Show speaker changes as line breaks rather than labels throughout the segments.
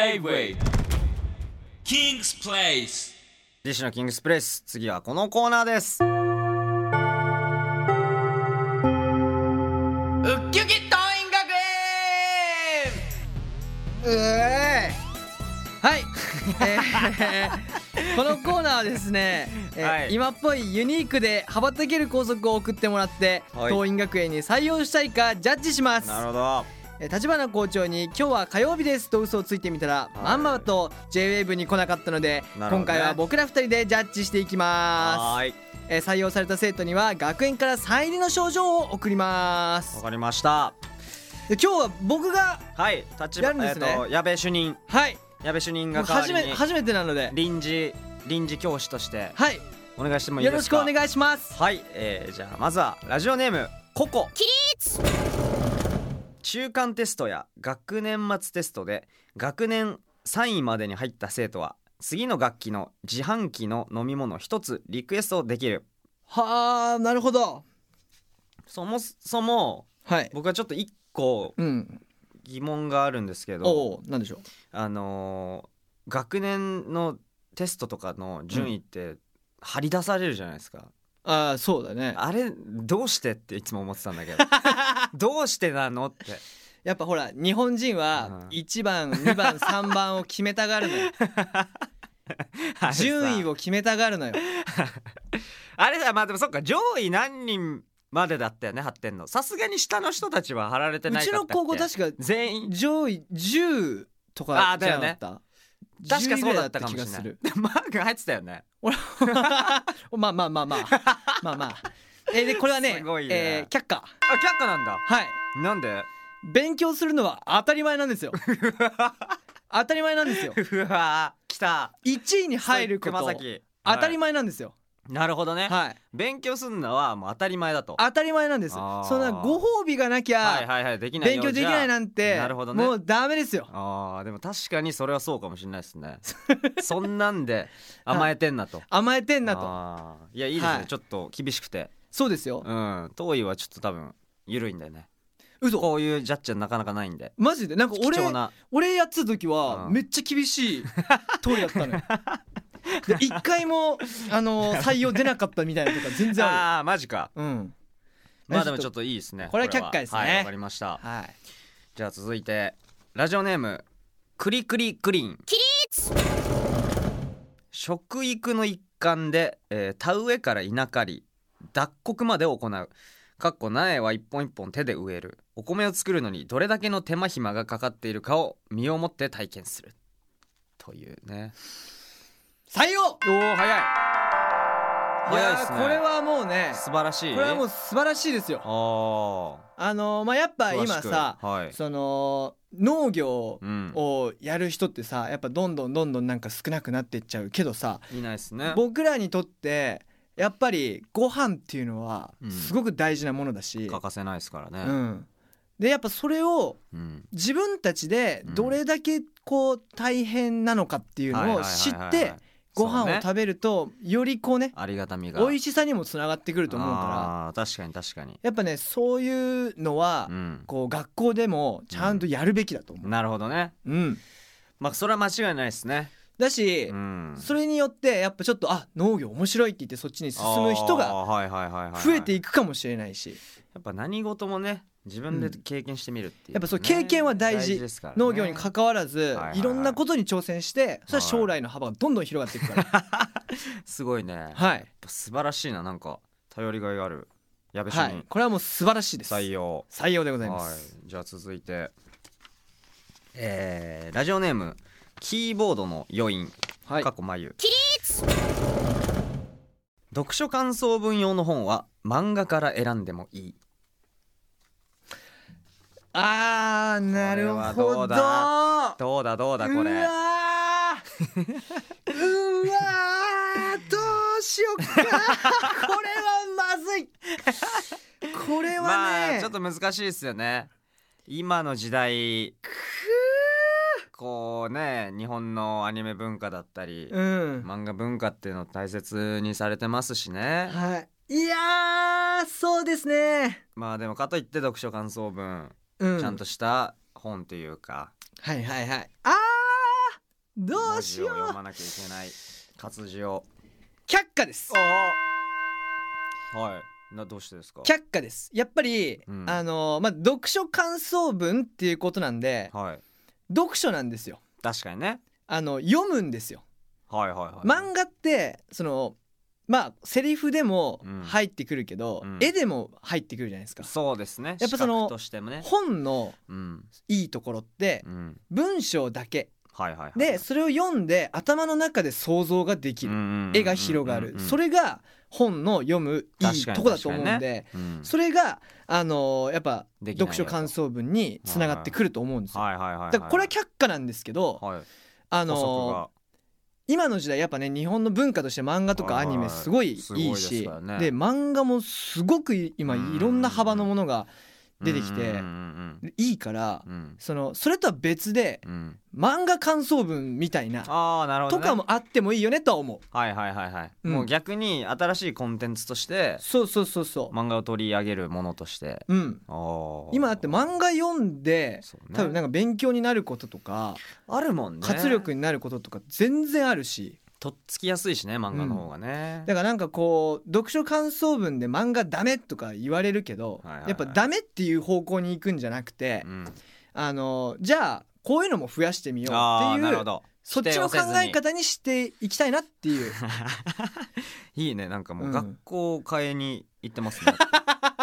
J-Way King's Place
自主のキングスプレイス次はこのコーナーです
ウッキュキ桐蔭学園
はい、えーこのコーナーはですね、えー
はい
今っぽいユニークで羽ばたける校則を送ってもらって、
はい
桐蔭学園に採用したいかジャッジします
なるほど
えー立花校長に「今日は火曜日です」と嘘をついてみたら、
はい
まんまと JWAVE に来なかったので、
なるほどね
今回は僕ら2人でジャッジしていきま
は
す、
ーい
えー採用された生徒には学園からサイン入りの賞状を送りま
わ
す
かりました
で今日は僕が
はい立
や
場、
るんですね
えっと矢部主任
はい
矢部主任
も
が
う
代わ
初
り
め
に
初めてなので
臨時臨時教師として
はい
お願いしてもいい
よ
で
ろ
す
し
か
くお願いします
はい、えー、じゃあまずはラジオネームココ中間テストや学年末テストで学年3位までに入った生徒は次の楽器の自販機の飲み物一つリクエストできる
はあなるほど
そもそも
はい
僕はちょっと一個
うん
疑問があるんですけど
おおなんでしょう
あのー学年のテストとかの順位って張り出されるじゃないですか、
ああそうだね
あれどうしてっていつも思ってたんだ けどどうしてなのって
やっぱほら日本人
う
は
ん
1番2番3番を 決めたがるのよ順位
を
を決めたがるのよ
あれだまあでもそっか上位何人までだったよね貼ってんのさすがに下の人たちは貼られて
う
ない
ち
かった
の
っけ
高校確か
全員
上位10と
あー
かじ
だよ
ゃ
ね
なかった
確か
10
そうだ
だ
っ
ったた
かも
気
しれ
が
な
す
い
る
マーク入ってたよね
まあまあまあまあまあまあえーでこれはね
すごい
え
ね
ー却下
あ却下なんだ
はい
なん で
勉強するのは当たり前なんです よ当たり前なんですよ
うわー来た
1位に入ること
熊
当
崎
たり前なんですよ
はいなるほどね、
はい
勉強すんのはもう当たり前だと
当たり前なんです
あー
そんなご褒美がなき
はい
ゃ
はいはいできない
勉強できない
ん
なんて
なるほどね
もうダメですよ
あーでも確かにそれはそうかもしれないです ねそんなんで甘えてんなと、
甘えてんなと
あーいやいいですね、
はい
ちょっと厳しくて
そうですよ
うん遠いはちょっと多分緩いんだよね
嘘
こういうジャッジはなかなかないんで
マジでなんか
貴
俺
重な
俺やってた時は
うん
めっちゃ厳しい通りだった のよで一回もあの採用出なかったみたいなとか全然あ
ああーマジか
るうん
まあでもちょっ
と
といいですね
これは却下ですね
はいわかりました
はい
じゃあ続いてラジオネームクリクリクリン食育の一環で、えー田植えから稲刈り脱穀まで行うかっこ苗は一本一本手で植えるお米を作るのにどれだけの手間暇がかかっているかを身をもって体験するというね
採用
おお早い早いっす
や
ね
ーこれはもうね
素晴らしい
これはも
う
う素晴らしいですよ
あ
あのまあやっぱ
あ
今さ
はい、
その農業
うん、
をやる人ってさやっぱどんどんどんどんなんか少なくなってっちゃうけどさ
いないですね
僕らにとってやっぱりご飯っていうのは
うん
すごく大事なものだし、
欠かせないですから
う
ね、
ん、でやっぱそれを
うん、
自分たちでどれだけこう大変なのかっていうのを知ってご飯を
べ
食べるとよりこうね
ありがたみが
美味
し
しさにもつながってくる
い
と思うから
ら確かに確かに
やっぱねそういうのは
うん
こう学校でもちゃんとやるべきだと思う。
なるほどね
うん、
まあそれは間違いないですね
だし、
うん
それによってやっぱちょっとあ農業面白いって言ってそっちに進む人が
が
増えてい
く
くかもしれないし
やっぱ何事もね自分で
うん
経験してみるっていうね
やっぱそう経験は大事
ですからね
農業に関わらず
はいはい
いろんなことに挑戦してそれは将来の幅がどんどん広がっていくから
すごいねやっ
はい
ぱ素晴らしいななんか頼りがいがある矢部主
はい
任
これはもう素晴らしいです
採用
採用でございま
は
す
い、じゃあ続いて、えーラジオネームキーボードの余韻、
はい
過去眉読書感想文用の本は漫画から選んでもいい
あーなる
これはど
ほ
う
どうわ
どうだどうだこれ
ーうわーどうしよっかこれはまず いこれは
ま
ね
あちょっと難しいですよね今の時代こうね日本のアニメ文化だったり、
うん
漫画文化っていうの大切にされてますしね
はいいやーそうですね
まあでもかといって読書感想文
う
ちゃんとした本というか、
はいはいはいあど
文
う
字
し
を
よ
読
う
まなきゃいけない活字を
却下です
はいなどうしてですか
却下ですやっぱり、
うん
あのまあ読書感想文っていうことなんで
はい
読書なんですよ
確かにね
あの読むんですよ
はいはいはい
漫画ってそのまあセリフでも
うん
入ってくるけど、
うん
絵でも入ってくるじゃないですか、
そうですね
やっぱその
視覚としてもね
本の
うん
いいところって
うん
文章だけ
はいはいはい
でそれを読んで頭の中で想像ができる、絵が広がる、そ
れ
れが本の読むいいとこだと思うんで、それがあのーやっぱ読書感想文につながってくると思うんですよ。
はいはいはいはい
だからこれは却下なんですけど、
はい
あ
あ
のー今の時代やっぱね日本の文化として漫画とかアニメすごいいいし、
はいはいはいすごいです
で
からね
漫画もすごく今
うん
いろんな幅のものが出てきて
うんうん
いいから
うんうん
そのそれとは別で
うんうん
漫画感想文みたいな
ああなるほど
と
ね
かもあってもいいよねとは思う。
はいはいはいはい
うん
もう逆に新しいコンテンツとして
そうそうそうそ
漫画を取り上げるものとして
う。うん。
あー
今だって漫画読んで
そうね
多分なんか勉強になることとか
あるもんね
活力になることとか全然あるし
とっつきやすいしね漫画の方がね
だからなんかこう読書感想文で漫画ダメとか言われるけど
はいはいはい
やっぱダメっていう方向に行くんじゃなくて
うん
あのじゃあこういうのも増やしてみよう
あー
って
ないるほ
う
ど
そっちの考え方にしていきたいなっていう
いいねなんかもううん学校を変えに行ってますね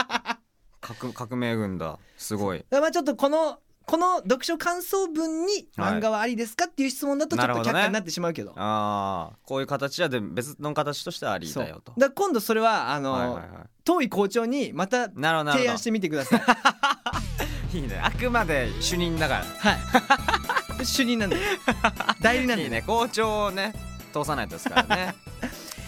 革革命軍だすごい
まあちょっとこのこの読書感想文に漫画はありですかっていう質問だとちょっと却下になってしまうけど
ああこういう形はで別の形としてはあり
そう
だ
だ
よ
か
と
ら今度それはあ
はい
の
はいは
遠い校長にまた
いなるほどなるほど
提案してみてください。
いいねあくまで主任だか
はい。主任なん で。代理なん
らい
で
い。ね校長をね通さないとですから ね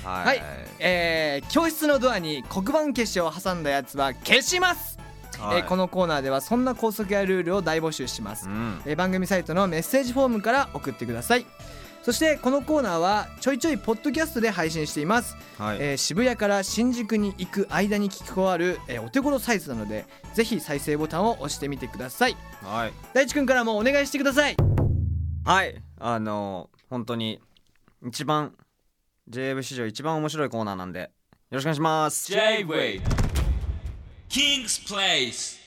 は
はいえー教室のドアに黒板消しを挟んだやつは消します、
はい
えーこのコーナーではそんな校則やルールを大募集します
う、ん
えー番組サイトのメッセージフォームから送ってくださいそしてこのコーナーはちょいちょいポッドキャストで配信しています、
はい
えー渋谷から新宿に行く間に聞こある、えーお手頃サイズなのでぜひ再生ボタンを押してみてください
はい
大地くんからもお願いしてください
はいあのー本当に一番 JW 史上一番面白いコーナーなんでよろしくお願いします
J-Way King's Place